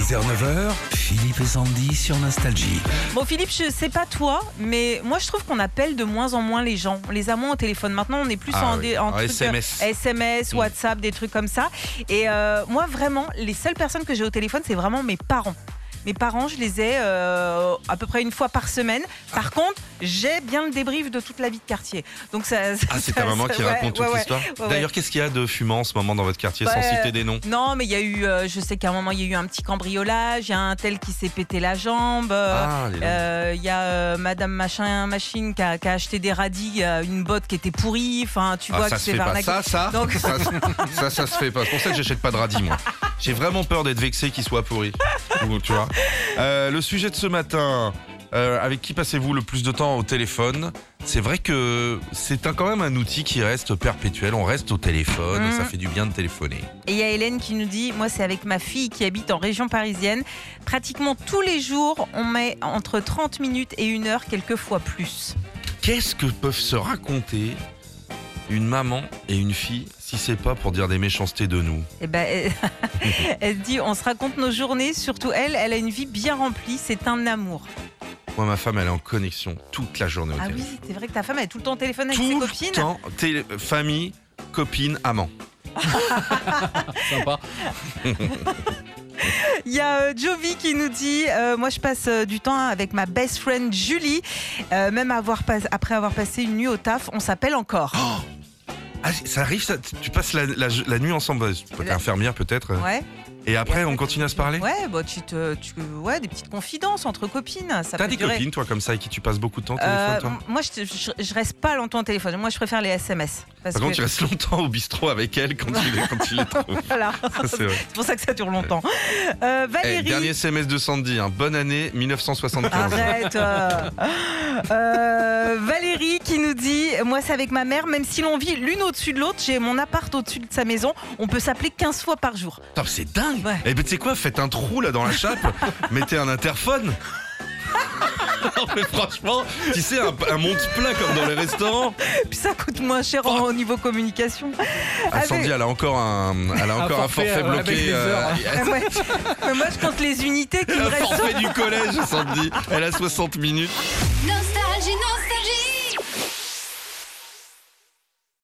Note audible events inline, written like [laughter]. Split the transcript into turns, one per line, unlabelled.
6h-9h, Philippe et Sandy sur Nostalgie.
Bon Philippe, je sais pas toi, mais moi je trouve qu'on appelle de moins en moins les gens. On les a moins au téléphone. Maintenant, on est plus
Ah
en,
oui,
dé- en
en
truc,
SMS.
euh, SMS,
Mm.
WhatsApp, des trucs comme ça. Et euh, moi vraiment, les seules personnes que j'ai au téléphone, c'est vraiment mes parents. Mes parents, je les ai euh, à peu près une fois par semaine.
Ah.
Par contre, j'ai bien le débrief de toute la vie de quartier. Donc ça.
Ah, c'est
ça-
ta maman
ça-
qui
ouais,
raconte toute
ouais, ouais.
l'histoire.
ouais.
D'ailleurs, qu'est-ce qu'il y a de fumant en ce moment dans votre quartier,
Bah,
sans
euh,
citer des noms
Non, mais il y a eu, euh, je sais qu'à un moment, il y a eu un petit cambriolage, il y a un tel qui s'est pété la jambe. euh,
Ah, les noms.
Euh, Il y a euh, Madame Machin Machine qui a, qui a acheté des radis, euh, une botte qui était pourrie. Enfin, tu
Ah,
vois
ça
que
se
c'est
fait pas.
arnaqué.
Ça, ça,
Donc-
ça,
[laughs]
se- ça, ça se fait pas. C'est pour ça que j'achète pas de radis, moi. J'ai vraiment peur d'être vexé qu'il soit pourri. Ou, tu vois. Euh, le sujet de ce matin, euh, avec qui passez-vous le plus de temps au téléphone C'est vrai que c'est un- quand même un outil qui reste perpétuel. On reste au téléphone,
Mhm.
ça fait du bien de téléphoner.
Et il y a Hélène qui nous dit Moi, c'est avec ma fille qui habite en région parisienne. Pratiquement tous les jours, on met entre 30 minutes et une heure, quelques fois plus.
Qu'est-ce que peuvent se raconter une maman et une fille si c'est pas pour dire des méchancetés de nous
Et ben, elle-
[laughs]
elle dit On se raconte nos journées, surtout elle, elle a une vie bien remplie, c'est un amour.
Moi, ma femme, elle est en connexion toute la journée au
Ah
téléphone.
oui, c'est vrai que ta femme est tout le temps au téléphone avec ses
tout
copines.
le temps, télé- famille, copine, amant.
Sympa.
Il y a euh, Jovi qui nous dit euh, Moi, je passe euh, du temps avec ma best friend Julie. Euh, même avoir pas- après avoir passé une nuit au taf, on s'appelle encore.
Ah, ça arrive, ça, tu tu passes la, la- la nuit ensemble, euh, t'es
La-
infirmière peut-être, euh,
ouais.
et après on continue à se parler
Ouais, bah, tu te, tu- ouais, des petites confidences entre copines. Ça
T'as
peut
des
durer.
copines toi comme ça avec qui tu passes beaucoup de temps au
Euh,
téléphone toi
moi, je, je, je reste pas longtemps au téléphone. Moi, je préfère les SMS. Parce
Par
que-
contre Ah tu restes longtemps au bistrot avec elle quand tu les, quand tu les trouves,
[laughs] Voilà,
[laughs] Ça, c'est vrai.
c'est pour ça que ça dure longtemps. Euh,
Eh,
Valérie.
dernier SMS de Sandy, hein. bonne année 1975.
Arrête. euh. Euh, Valérie qui nous dit Moi, c'est avec ma mère, même si l'on vit l'une au-dessus de l'autre, j'ai mon appart au-dessus de sa maison, on peut s'appeler 15 fois par jour.
Putain, c'est dingue
Ouais.
Et ben tu sais quoi, faites un trou là dans la [laughs] chape, mettez un interphone Non, mais franchement, tu sais, un, un monte-plat comme dans les restaurants.
Puis ça coûte moins cher en- au niveau communication.
Ah, Sandy, elle a encore un, elle a encore un forfait,
forfait, euh, avec
bloqué.
les heures.
Ah ouais. Mais moi, je compte les unités qui me
[laughs] Un
restent.
forfait du collège, Sandy. Elle a 60 minutes.
Nostalgie.